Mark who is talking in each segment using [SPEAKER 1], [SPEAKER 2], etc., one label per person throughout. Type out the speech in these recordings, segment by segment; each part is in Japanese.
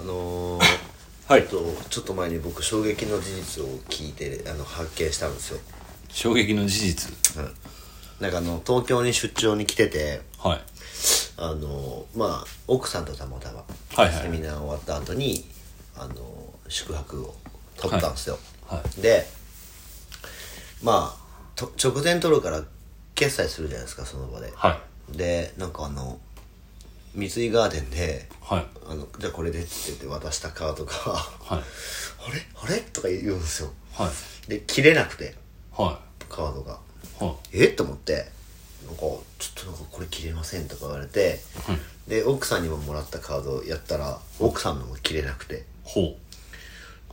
[SPEAKER 1] あのー
[SPEAKER 2] はい
[SPEAKER 1] えっとちょっと前に僕衝撃の事実を聞いてあの発見したんですよ、
[SPEAKER 2] 衝撃の事実
[SPEAKER 1] うん、なんかあの東京に出張に来てて
[SPEAKER 2] はい
[SPEAKER 1] あのーまあ奥さんとたまたま、
[SPEAKER 2] はいはい
[SPEAKER 1] セミナー終わった後にあのー宿泊を取ったんですよ、
[SPEAKER 2] はいは
[SPEAKER 1] でまあと直前取るから決済するじゃないですかその場で、
[SPEAKER 2] は
[SPEAKER 1] でなんかあの三井ガーデンで
[SPEAKER 2] はい
[SPEAKER 1] あのじゃあこれでって言って渡したカードが あ
[SPEAKER 2] はい
[SPEAKER 1] れあれとか言うんですよ
[SPEAKER 2] はい
[SPEAKER 1] で切れなくて
[SPEAKER 2] は
[SPEAKER 1] カードが
[SPEAKER 2] いは
[SPEAKER 1] えっと思ってなんかちょっとなんかこれ切れませんとか言われて、で奥さんにももらったカードをやったら奥さんのも切れなくて
[SPEAKER 2] いほ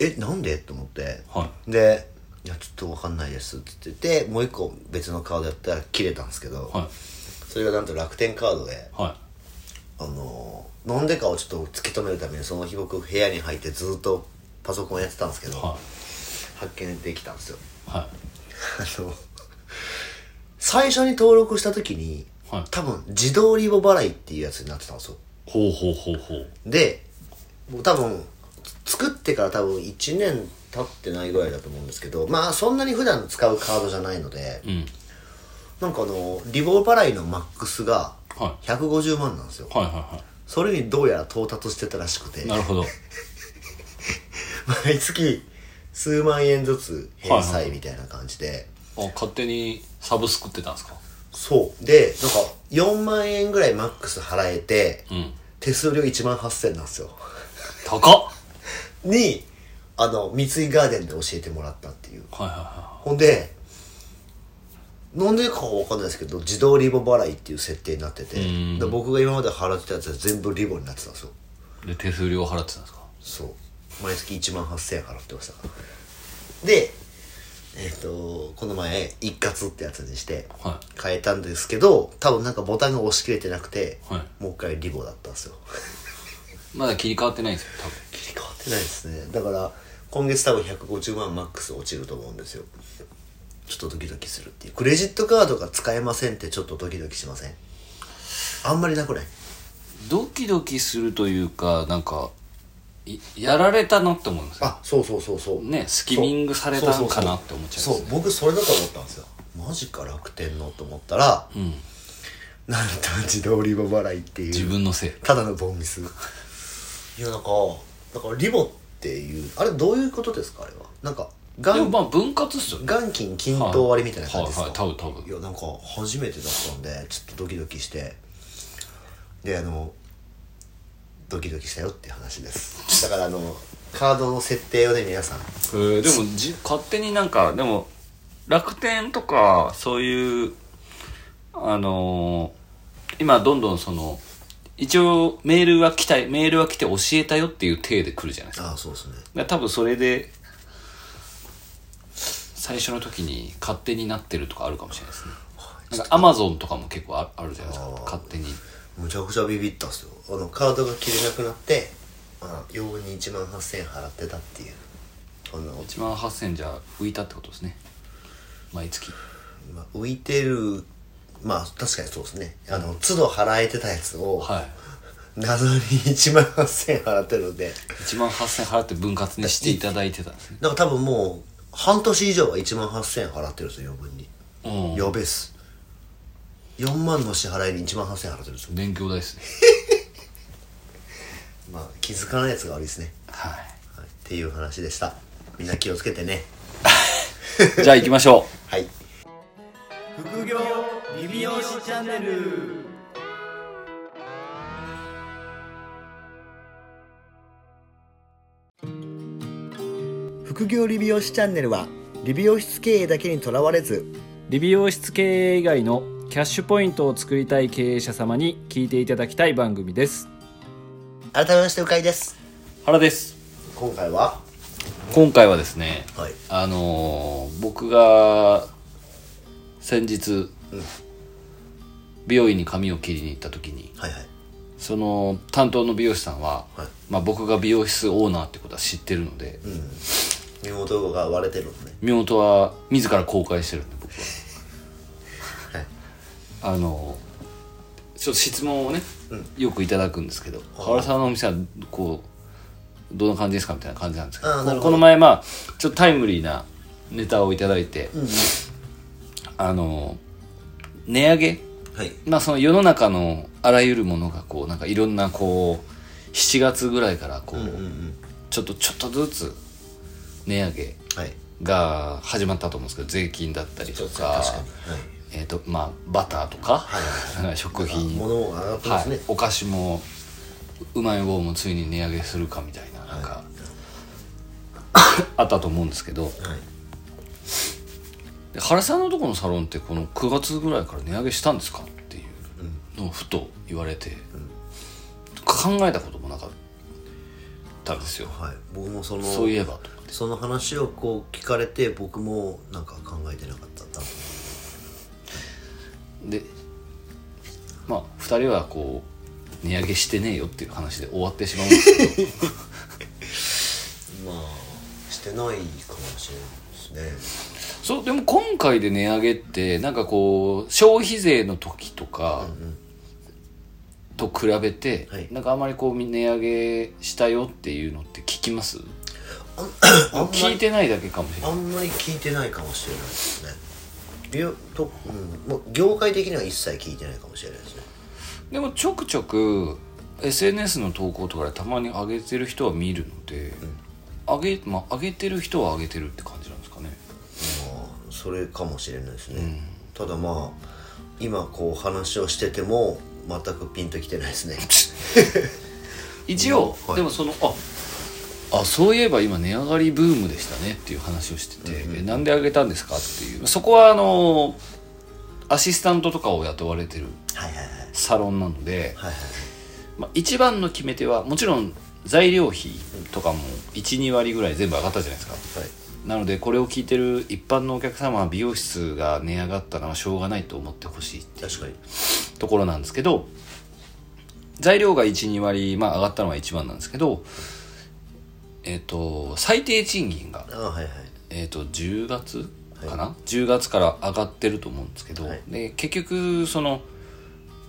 [SPEAKER 1] えなんでと思って、
[SPEAKER 2] は
[SPEAKER 1] で「いやちょっとわかんないです」って言ってもう一個別のカードやったら切れたんですけど、
[SPEAKER 2] はい
[SPEAKER 1] それがなんと楽天カードで
[SPEAKER 2] うは
[SPEAKER 1] あのなんでかをちょっと突き止めるためにその日僕部屋に入ってずっとパソコンやってたんですけど、
[SPEAKER 2] いは
[SPEAKER 1] 発見できたんですよ
[SPEAKER 2] いは
[SPEAKER 1] あの最初に登録した時に、
[SPEAKER 2] はい
[SPEAKER 1] 多分自動リボ払いっていうやつになってたんですよ
[SPEAKER 2] いほうほうほうほう
[SPEAKER 1] でもう多分作ってから多分1年経ってないぐらいだと思うんですけどまあそんなに普段使うカードじゃないので、
[SPEAKER 2] うん
[SPEAKER 1] なんかあのリボ払いのマックスが
[SPEAKER 2] は
[SPEAKER 1] 150万なんですよ
[SPEAKER 2] いはいはいは
[SPEAKER 1] それにどうやら到達してたらしくて
[SPEAKER 2] いなるほど
[SPEAKER 1] 毎月数万円ずつ返済みたいな感じで、
[SPEAKER 2] あ勝手にサブスクってたんですか
[SPEAKER 1] そうでなんか4万円ぐらいマックス払えて、
[SPEAKER 2] うん
[SPEAKER 1] 手数料1万8000なんですよ
[SPEAKER 2] 高っ
[SPEAKER 1] にあの三井ガーデンで教えてもらったっていう
[SPEAKER 2] はいはいは
[SPEAKER 1] ほんでなんでかは分かんないですけど自動リボ払いっていう設定になってて
[SPEAKER 2] ん
[SPEAKER 1] で僕が今まで払ってたやつは全部リボになってたんですよ
[SPEAKER 2] いで手数料払ってたんですか
[SPEAKER 1] そう毎月1万8000円払ってましたからでえっ、とこの前一括ってやつにして
[SPEAKER 2] は
[SPEAKER 1] 変えたんですけど多分なんかボタンが押し切れてなくて、
[SPEAKER 2] は
[SPEAKER 1] もう一回リボだったんですよ
[SPEAKER 2] いまだ切り替わってないんですよ多分
[SPEAKER 1] 切り替わってないですねだから今月多分150万マックス落ちると思うんですよちょっとドキドキするっていうクレジットカードが使えませんってちょっとドキドキしませんあんまりなくない
[SPEAKER 2] ドキドキするというかなんかいやられたなって思いますよ
[SPEAKER 1] あそうそうそうそう
[SPEAKER 2] ねスキミングされたんかなって思っちゃいます
[SPEAKER 1] そうそうそうそう僕それだと思ったんですよマジか楽天のと思ったら、
[SPEAKER 2] うん
[SPEAKER 1] なんと自動リボ払いっていう
[SPEAKER 2] 自分のせい
[SPEAKER 1] ただのボンミスいやなんかだからリボっていうあれどういうことですかあれはなんか
[SPEAKER 2] でも
[SPEAKER 1] 元
[SPEAKER 2] まあ分割っすよね
[SPEAKER 1] 元金均等割りみたいな感じですか、
[SPEAKER 2] はいはいはい多分多分
[SPEAKER 1] いやなんか初めてだったんでちょっとドキドキしてであのドキドキしたよっていう話ですだからあのカードの設定をね皆さん
[SPEAKER 2] えーでもじ勝手になんかでも楽天とかそういうあのー今どんどんその一応メールは来たいメールは来て教えたよっていう体で来るじゃないですか
[SPEAKER 1] ああそうですね
[SPEAKER 2] だから多分それで最初の時に勝手になってるとかあるかもしれないですねなんかアマゾンとかも結構ああるじゃないですか勝手に
[SPEAKER 1] むちゃくちゃビビったっすよあのカードが切れなくなってあの容易に1万8000円払ってたっていうあの
[SPEAKER 2] 1万8000じゃ浮いたってことですね毎月
[SPEAKER 1] まあ、浮いてるまあ確かにそうですねあの都度払えてたやつを、
[SPEAKER 2] はい
[SPEAKER 1] 謎に1万8000円払ってるので
[SPEAKER 2] 1万8000払って分割にしていただいてたんですね
[SPEAKER 1] なんか多分もう半年以上は1万8000円払ってるんですよ余分に、
[SPEAKER 2] うん
[SPEAKER 1] やべっす4万の支払いに1万8000円払ってるんですよ
[SPEAKER 2] 勉強代ですね
[SPEAKER 1] まあ気づかないやつが悪いですね、
[SPEAKER 2] は
[SPEAKER 1] はい、っていう話でしたみんな気をつけてね
[SPEAKER 2] いじゃあ行きましょ
[SPEAKER 1] はい
[SPEAKER 3] 副業リビオシチャンネル
[SPEAKER 4] 副業理美容師チャンネルは理美容室経営だけにとらわれず
[SPEAKER 5] 理美容室経営以外のキャッシュポイントを作りたい経営者様に聞いていただきたい番組です
[SPEAKER 1] 改めましてうかいです
[SPEAKER 2] う原です
[SPEAKER 1] 今回は
[SPEAKER 2] 今回はですね
[SPEAKER 1] はい
[SPEAKER 2] あのー僕が先日、美容院に髪を切りに行った時に
[SPEAKER 1] はいはい
[SPEAKER 2] その担当の美容師さんは、
[SPEAKER 1] はい
[SPEAKER 2] まあ、僕が美容室オーナーってことは知ってるので、
[SPEAKER 1] 身元が割れてるのね
[SPEAKER 2] 身元は自ら公開してるんで僕は、
[SPEAKER 1] はい
[SPEAKER 2] あのちょっと質問をね、
[SPEAKER 1] うん
[SPEAKER 2] よくいただくんですけど原さんのお店はこうどんな感じですかみたいな感じなんですけ
[SPEAKER 1] あー
[SPEAKER 2] ど
[SPEAKER 1] なるほど
[SPEAKER 2] この前まあちょっとタイムリーなネタをいただいて、あの値上げ
[SPEAKER 1] はい
[SPEAKER 2] まあその世の中のあらゆるものがこうなんかいろんなこう7月ぐらいからこう、
[SPEAKER 1] うんうんうん
[SPEAKER 2] ちょっとちょっとずつ値上げ
[SPEAKER 1] はい
[SPEAKER 2] が始まったと思うんですけど税金だったりとか
[SPEAKER 1] 確かにはい
[SPEAKER 2] えーとまあ、バターとか、 食品
[SPEAKER 1] 物も上がってますね
[SPEAKER 2] はい、お菓子もうまい棒もついに値上げするかみたいななんか、あったと思うんですけど
[SPEAKER 1] はい
[SPEAKER 2] で原さんのとこのサロンってこの9月ぐらいから値上げしたんですかっていうのをふと言われて、考えたこともなかったんですよ
[SPEAKER 1] はい僕もその
[SPEAKER 2] そういえばと
[SPEAKER 1] その話をこう聞かれて僕もなんか考えてなかった多分
[SPEAKER 2] でまあ2人はこう値上げしてねえよっていう話で終わってしまうんで すけど
[SPEAKER 1] まあしてないかもしれないですね
[SPEAKER 2] そうでも今回で値上げってなんかこう消費税の時とかと比べて、
[SPEAKER 1] はい
[SPEAKER 2] なんかあんまりこう値上げしたよっていうのって聞きます
[SPEAKER 1] あんまり
[SPEAKER 2] 聞いてないだけかもしれない
[SPEAKER 1] あんまり聞いてないかもしれないですねいやと、うん、もう業界的には一切聞いてないかもしれないですね
[SPEAKER 2] でもちょくちょく SNS の投稿とかでたまに上げてる人は見るので、上げまあ、上げてる人は上げてるって感じなんですかね
[SPEAKER 1] まあそれかもしれないですね、ただまあ今こう話をしてても全くピンときてないですね
[SPEAKER 2] 一応、
[SPEAKER 1] うんはい
[SPEAKER 2] でもそのああそういえば今値上がりブームでしたねっていう話をしてて、えなんで上げたんですかっていうそこはあのアシスタントとかを雇われてる
[SPEAKER 1] はいはいはい
[SPEAKER 2] サロンなので、
[SPEAKER 1] はいはい
[SPEAKER 2] まあ、一番の決め手はもちろん材料費とかも12割ぐらい全部上がったじゃないですか
[SPEAKER 1] はい
[SPEAKER 2] なのでこれを聞いてる一般のお客様は美容室が値上がったのはしょうがないと思ってほしいっていう
[SPEAKER 1] 確かに
[SPEAKER 2] ところなんですけど材料が12割、まあ、上がったのは一番なんですけどえっ、と最低賃金が、
[SPEAKER 1] ああはいはい
[SPEAKER 2] えっと10月かな、10月から上がってると思うんですけど、
[SPEAKER 1] はい
[SPEAKER 2] で結局その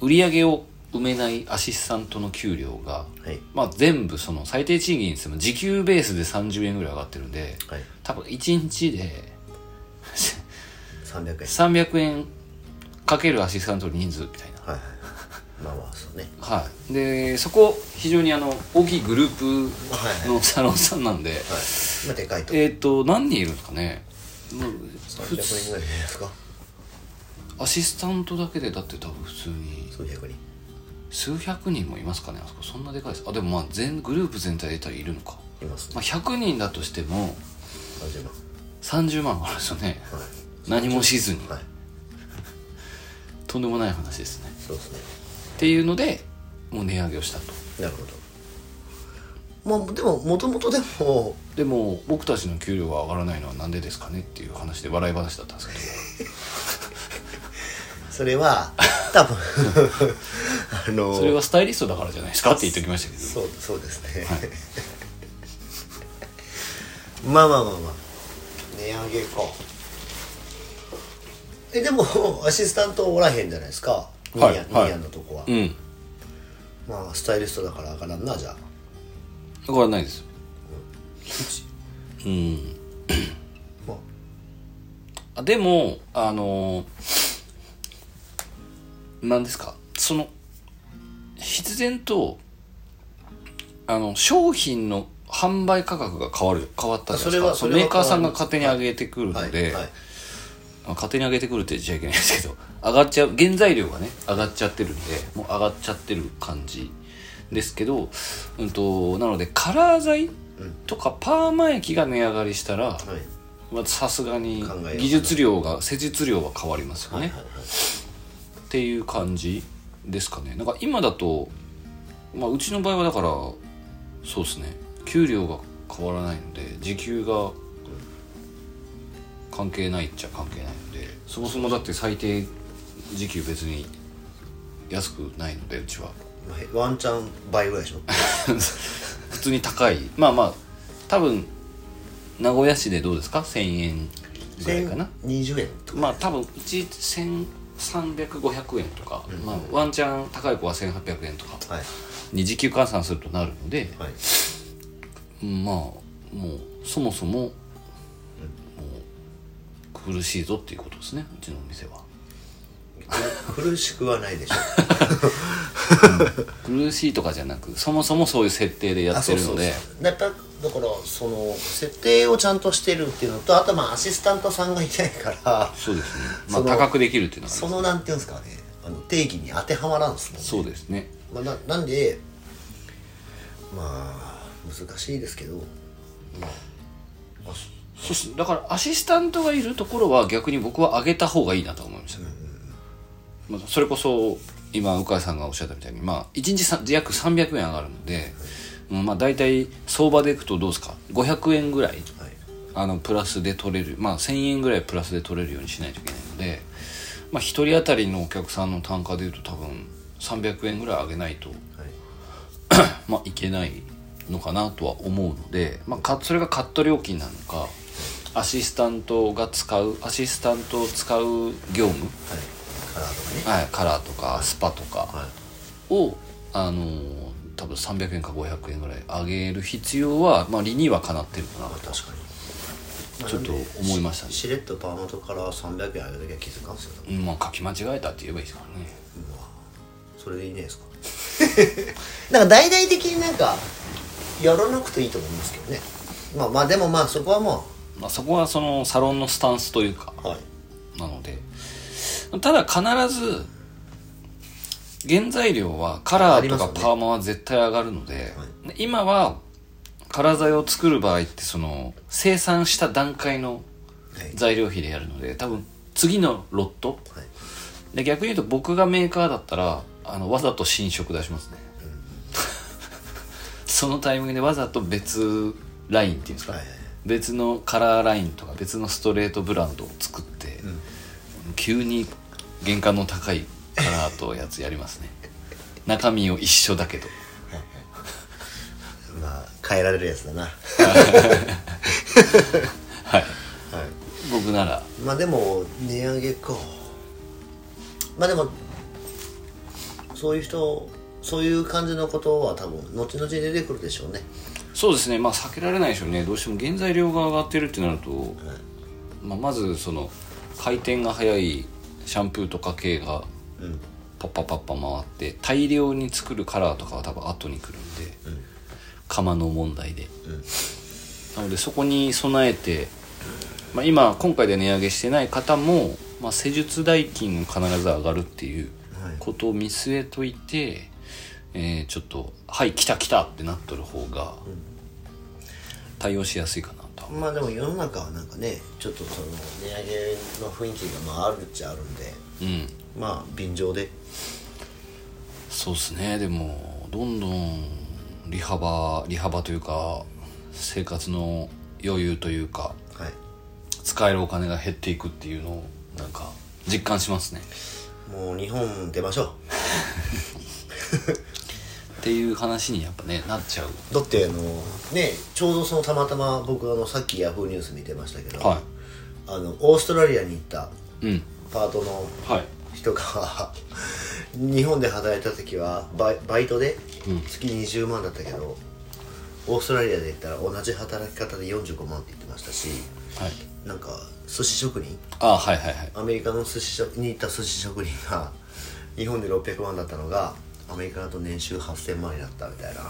[SPEAKER 2] 売り上げを埋めないアシスタントの給料が、
[SPEAKER 1] はい
[SPEAKER 2] まあ、全部その最低賃金にしても時給ベースで30円ぐらい上がってるんで
[SPEAKER 1] はい
[SPEAKER 2] 多分1日で
[SPEAKER 1] 300円
[SPEAKER 2] 300円かけるアシスタントの人数みたい
[SPEAKER 1] はい
[SPEAKER 2] な。
[SPEAKER 1] はいまあまあそうね
[SPEAKER 2] はい、でそこ非常にあの大きいグルー
[SPEAKER 1] はいはい
[SPEAKER 2] プのサロンさんなんで、
[SPEAKER 1] はいまあでかいと
[SPEAKER 2] えっ、と何人いるんですかねもう
[SPEAKER 1] 300人ぐらいじゃないですか
[SPEAKER 2] アシスタントだけでだって多分普通に
[SPEAKER 1] 数百人
[SPEAKER 2] 数百人もいますかねあそこそんなでかいですあでもまあ全グループ全体で言ったらいるのか、
[SPEAKER 1] います
[SPEAKER 2] ま
[SPEAKER 1] ね
[SPEAKER 2] あ、100人だとしても
[SPEAKER 1] 30万
[SPEAKER 2] 30万あるんですよね
[SPEAKER 1] はい
[SPEAKER 2] 何もしずに
[SPEAKER 1] はい
[SPEAKER 2] とんでもない話ですね
[SPEAKER 1] そうですね
[SPEAKER 2] っていうのでもう値上げをしたと
[SPEAKER 1] なるほどまあでももともとでも
[SPEAKER 2] でも僕たちの給料が上がらないのはなんでですかねっていう話で笑い話だったんですけど
[SPEAKER 1] それ は多分あの
[SPEAKER 2] それはスタイリストだからじゃないですかって言っておきましたけど
[SPEAKER 1] そうそうですね、 まあまあまあまあ値上げかえでもアシスタントおらへんじゃないですかミ
[SPEAKER 2] はい
[SPEAKER 1] ーヤンミ
[SPEAKER 2] はい
[SPEAKER 1] ーヤンのとこは、
[SPEAKER 2] うん
[SPEAKER 1] まあスタイリストだから上がらんなじゃあ
[SPEAKER 2] だからないですうん
[SPEAKER 1] まあ
[SPEAKER 2] あでもあの何ですかその必然とあの商品の販売価格が変わる変わったじゃないですか
[SPEAKER 1] そ
[SPEAKER 2] そ
[SPEAKER 1] れ
[SPEAKER 2] の
[SPEAKER 1] は
[SPEAKER 2] メーカーさんが
[SPEAKER 1] それは
[SPEAKER 2] 勝手に上げてくる
[SPEAKER 1] は
[SPEAKER 2] の
[SPEAKER 1] い
[SPEAKER 2] で、
[SPEAKER 1] はい
[SPEAKER 2] まあ勝手に上げてくるって言っちゃいけないですけど 上がっちゃう原材料がね上がっちゃってるんでもう上がっちゃってる感じですけど、うん、となのでカラー剤とかパーマ液が値上がりしたら
[SPEAKER 1] はい
[SPEAKER 2] まあさすがに
[SPEAKER 1] 考えようかな
[SPEAKER 2] 技術量が施術量は変わりますよね、っていう感じですかねなんか今だと、まあ、うちの場合はだからそうですね給料が変わらないので時給が関係ないっちゃ関係ないのでそもそもだって最低時給別に安くないのでうちは
[SPEAKER 1] まあワンチャン倍ぐらいでしょ
[SPEAKER 2] 普通に高いまあまあ多分名古屋市でどうですか1000円ぐらいかな
[SPEAKER 1] 20円とか
[SPEAKER 2] まあ多分1 1300,500円とか、まあ、ワンチャン高い子は1800円とか
[SPEAKER 1] はい
[SPEAKER 2] に時給換算するとなるので、
[SPEAKER 1] はい
[SPEAKER 2] うんまあもうそもそも,、もう苦しいぞっていうことですねうちのお店は
[SPEAKER 1] 苦しくはないでしょ
[SPEAKER 2] 苦しいとかじゃなくそもそもそういう設定 でやってるの
[SPEAKER 1] あ
[SPEAKER 2] で
[SPEAKER 1] そうそうそうやっぱだからその設定をちゃんとしてるっていうのとあとまあアシスタントさんがいないから
[SPEAKER 2] そうですねまあ
[SPEAKER 1] その
[SPEAKER 2] 多角できるっていうのはあ
[SPEAKER 1] そ
[SPEAKER 2] りま
[SPEAKER 1] のなんていうんですかねあの定義に当てはまらんですもんね
[SPEAKER 2] すそうですね
[SPEAKER 1] まあ、ななんでまあ難しいですけど、まああそ
[SPEAKER 2] そしてだからアシスタントがいるところは逆に僕は上げた方がいいなと思いました、ねまあ、それこそ今鵜飼さんがおっしゃったみたいにまあ1日さ約300円上がるので、うんまあ大体相場でいくとどうですか500円ぐらい
[SPEAKER 1] はい
[SPEAKER 2] あのプラスで取れるまあ1,000円ぐらいプラスで取れるようにしないといけないので、まあ、1人当たりのお客さんの単価でいうと多分300円ぐらい上げないと
[SPEAKER 1] はい
[SPEAKER 2] まあ、いけないのかなとは思うので、まあか、それがカット料金なのかアシスタントが使うアシスタントを使う業務、
[SPEAKER 1] はいカラーとかね
[SPEAKER 2] はい、カラーとかスパとかを、あのー多分300円か500円ぐらい上げる必要は、まあ、理にはかなってるかな
[SPEAKER 1] まあ
[SPEAKER 2] と
[SPEAKER 1] 確かに、まあ
[SPEAKER 2] ちょっと
[SPEAKER 1] なんで
[SPEAKER 2] 思いましたね
[SPEAKER 1] ししれっとパーマとカラー300円あげるだけは気づかんすよ多分
[SPEAKER 2] うんまあ書き間違えたって言えばいいですからね
[SPEAKER 1] それでいいんじゃない ですかなんか大々的になんかやらなくていいと思いますけどねまあまあでもまあそこはも
[SPEAKER 2] まあ、そこはそのサロンのスタンスというか
[SPEAKER 1] うはい
[SPEAKER 2] なのでただ必ず原材料はカ
[SPEAKER 1] あ
[SPEAKER 2] ラ
[SPEAKER 1] り
[SPEAKER 2] ー
[SPEAKER 1] ま
[SPEAKER 2] と
[SPEAKER 1] すよ
[SPEAKER 2] か
[SPEAKER 1] ね
[SPEAKER 2] パーマは絶対上がるので、今はカラー材を作る場合ってその生産した段階の
[SPEAKER 1] はい
[SPEAKER 2] 材料費でやるので多分次のロット
[SPEAKER 1] はい
[SPEAKER 2] で逆に言うと僕がメーカーだったらあのわざと新色出しますね そのタイミングでわざと別ラインっていうんですか、
[SPEAKER 1] はいはいはい
[SPEAKER 2] 別のカラーラインとか別のストレートブランドを作って、急に原価の高いカラーとやつやりますね 中身を一緒だけど
[SPEAKER 1] まあ変えられるやつだなはい
[SPEAKER 2] はい僕なら
[SPEAKER 1] まあでも値上げかまあでもそういう人そういう感じのことは多分後々出てくるでしょうね
[SPEAKER 2] そうですねまあ避けられないでしょうねどうしても原材料が上がってるってなると、まあ、まずその回転が早いシャンプーとか系が
[SPEAKER 1] うん
[SPEAKER 2] パッパッパッパ回って大量に作るカラーとかは多分後に来るんで、釜の問題で、
[SPEAKER 1] ん
[SPEAKER 2] なのでそこに備えて、まあ、今今回で値上げしてない方も、まあ、施術代金が必ず上がるっていう
[SPEAKER 1] はい
[SPEAKER 2] ことを見据えといて、えーちょっと「はい来た来た」ってなっとる方が対応しやすいかなとは思う
[SPEAKER 1] まあでも世の中はなんかねちょっとその値上げの雰囲気がまああるっちゃあるんで
[SPEAKER 2] うん
[SPEAKER 1] まあ便乗で
[SPEAKER 2] そうですねでもどんどん利幅利幅というか生活の余裕というか
[SPEAKER 1] はい
[SPEAKER 2] 使えるお金が減っていくっていうのをなんか実感しますね
[SPEAKER 1] もう日本出ましょ
[SPEAKER 2] っていう話にやっぱねなっちゃう
[SPEAKER 1] うだってあのねちょうどそのたまたま僕あのさっきヤフーニュース見てましたけど、
[SPEAKER 2] は
[SPEAKER 1] あのオーストラリアに行った
[SPEAKER 2] うん
[SPEAKER 1] パートの
[SPEAKER 2] はい
[SPEAKER 1] 人が 日本で働いた時はバイバイトで月20万だったけど、オーストラリアで言ったら同じ働き方で45万って言ってましたし
[SPEAKER 2] はい
[SPEAKER 1] なんか寿司職人
[SPEAKER 2] あはいはいはい
[SPEAKER 1] アメリカの寿司職に行った寿司職人が日本で600万だったのがアメリカだと年収8000万になったみたいな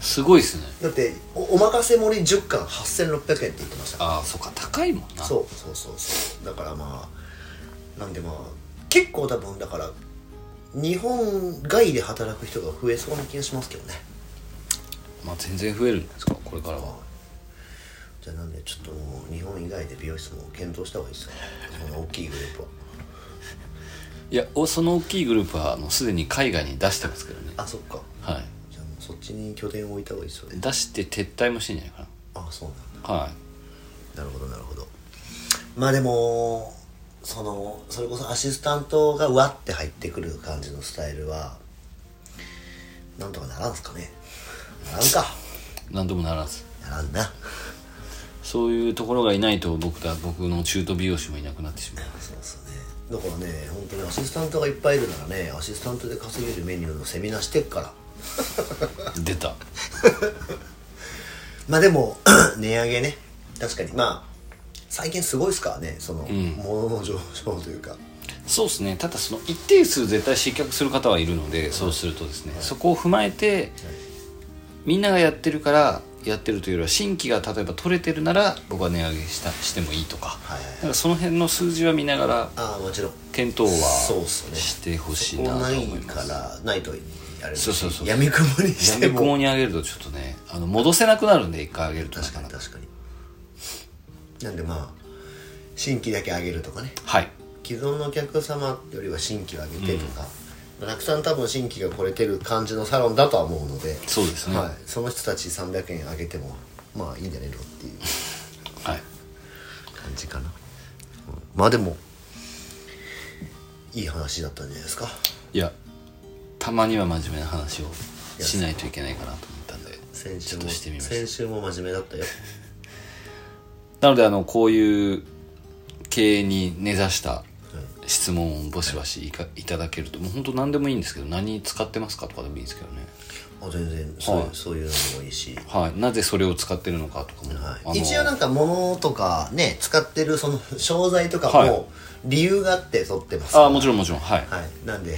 [SPEAKER 2] すごいですね
[SPEAKER 1] だっておお任せ盛り10貫8600円って言ってました
[SPEAKER 2] ああそっか高いもんな
[SPEAKER 1] そうそうそうそうだからまあなんでまあ結構多分だから日本外で働く人が増えそうな気がしますけどね
[SPEAKER 2] まあ全然増えるんじゃないですかこれからは
[SPEAKER 1] じゃあなんでちょっともう日本以外で美容室も検討した方がいい ですよねその大きいグループはい
[SPEAKER 2] やおその大きいグループはあのすでに海外に出してますからね
[SPEAKER 1] あそっか
[SPEAKER 2] はい
[SPEAKER 1] じゃあもうそっちに拠点を置いた方がいいですよね
[SPEAKER 2] 出して撤退もしてんじゃないか
[SPEAKER 1] あそうなんだ
[SPEAKER 2] なはい
[SPEAKER 1] なるほどなるほどまあでもそのそれこそアシスタントがうわって入ってくる感じのスタイルはなんとかならんすかねならんか
[SPEAKER 2] 何ともならず
[SPEAKER 1] ならんな
[SPEAKER 2] そういうところがいないと僕だ僕の中途美容師もいなくなってしまう
[SPEAKER 1] そうですねだからね本当にアシスタントがいっぱいいるならねア シスタントで稼げるメニューのセミナーしてっから
[SPEAKER 2] 出た
[SPEAKER 1] まあでも 値上げね確かにまあ最近すごいですからねその、
[SPEAKER 2] ん
[SPEAKER 1] 物の上昇というか
[SPEAKER 2] そうですねただその一定数絶対失脚する方はいるのでそうするとですね、そこを踏まえて、みんながやってるからやってるというよりは新規が例えば取れてるなら僕は値上げしたしてもいいとか,、
[SPEAKER 1] はいはいはい
[SPEAKER 2] なんかその辺の数字は見ながら
[SPEAKER 1] ああもちろん
[SPEAKER 2] 検討は
[SPEAKER 1] そうっすね
[SPEAKER 2] してほしいなと
[SPEAKER 1] そこ
[SPEAKER 2] 思
[SPEAKER 1] ない
[SPEAKER 2] いま
[SPEAKER 1] か
[SPEAKER 2] す。
[SPEAKER 1] らないとやれるし
[SPEAKER 2] そうそうそう
[SPEAKER 1] 闇雲にして
[SPEAKER 2] 闇
[SPEAKER 1] も
[SPEAKER 2] 雲に上げるとちょっとねあの戻せなくなるんで一回上げると
[SPEAKER 1] 確かに確かになんでまあ新規だけ上げるとかね
[SPEAKER 2] はい
[SPEAKER 1] 既存のお客様よりは新規を上げてとか、たくさん多分新規が来れてる感じのサロンだとは思うので
[SPEAKER 2] そうですね
[SPEAKER 1] はい、その人たち300円上げてもまあいいんじゃないのっていう
[SPEAKER 2] はい
[SPEAKER 1] 感じかな、うんまあでもいい話だったんじゃないですか
[SPEAKER 2] いやたまには真面目な話をしないといけないかなと思ったんで
[SPEAKER 1] 先
[SPEAKER 2] ち
[SPEAKER 1] 週
[SPEAKER 2] ょっ
[SPEAKER 1] も
[SPEAKER 2] としてみました
[SPEAKER 1] 先週も真面目だったよ
[SPEAKER 2] なのであのこういう経営に根ざした質問をバシバシいかいただけるともう本当何でもいいんですけど何使ってますかとかでもいいんですけどね
[SPEAKER 1] あ全然そう,、
[SPEAKER 2] はい
[SPEAKER 1] そういうのもいいし、
[SPEAKER 2] はいなぜそれを使ってるのかとかも、
[SPEAKER 1] は
[SPEAKER 2] あ
[SPEAKER 1] い、
[SPEAKER 2] の
[SPEAKER 1] 一応なんか物とかね使ってるその商材とか
[SPEAKER 2] はい
[SPEAKER 1] も理由があって取ってますから
[SPEAKER 2] あもちろんもちろんはい、
[SPEAKER 1] はい、なんで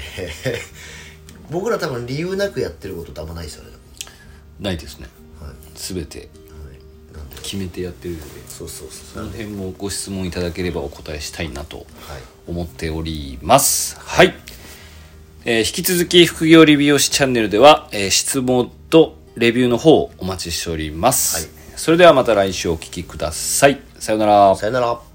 [SPEAKER 1] 僕ら多分理由なくやってることってあんまないですよね、
[SPEAKER 2] ないですね
[SPEAKER 1] はいは
[SPEAKER 2] 全て
[SPEAKER 1] い、なんで
[SPEAKER 2] 決めてやってるので
[SPEAKER 1] そうそうそ
[SPEAKER 2] そ
[SPEAKER 1] な
[SPEAKER 2] うの
[SPEAKER 1] んで、
[SPEAKER 2] 辺もご質問いただければお答えしたいなと
[SPEAKER 1] はい、
[SPEAKER 2] 思っております。はい。えー引き続き副業理美容師チャンネルでは、えー質問とレビューの方をお待ちしております。
[SPEAKER 1] はい
[SPEAKER 2] それではまた来週お聞きください。さようなら。
[SPEAKER 1] さよなら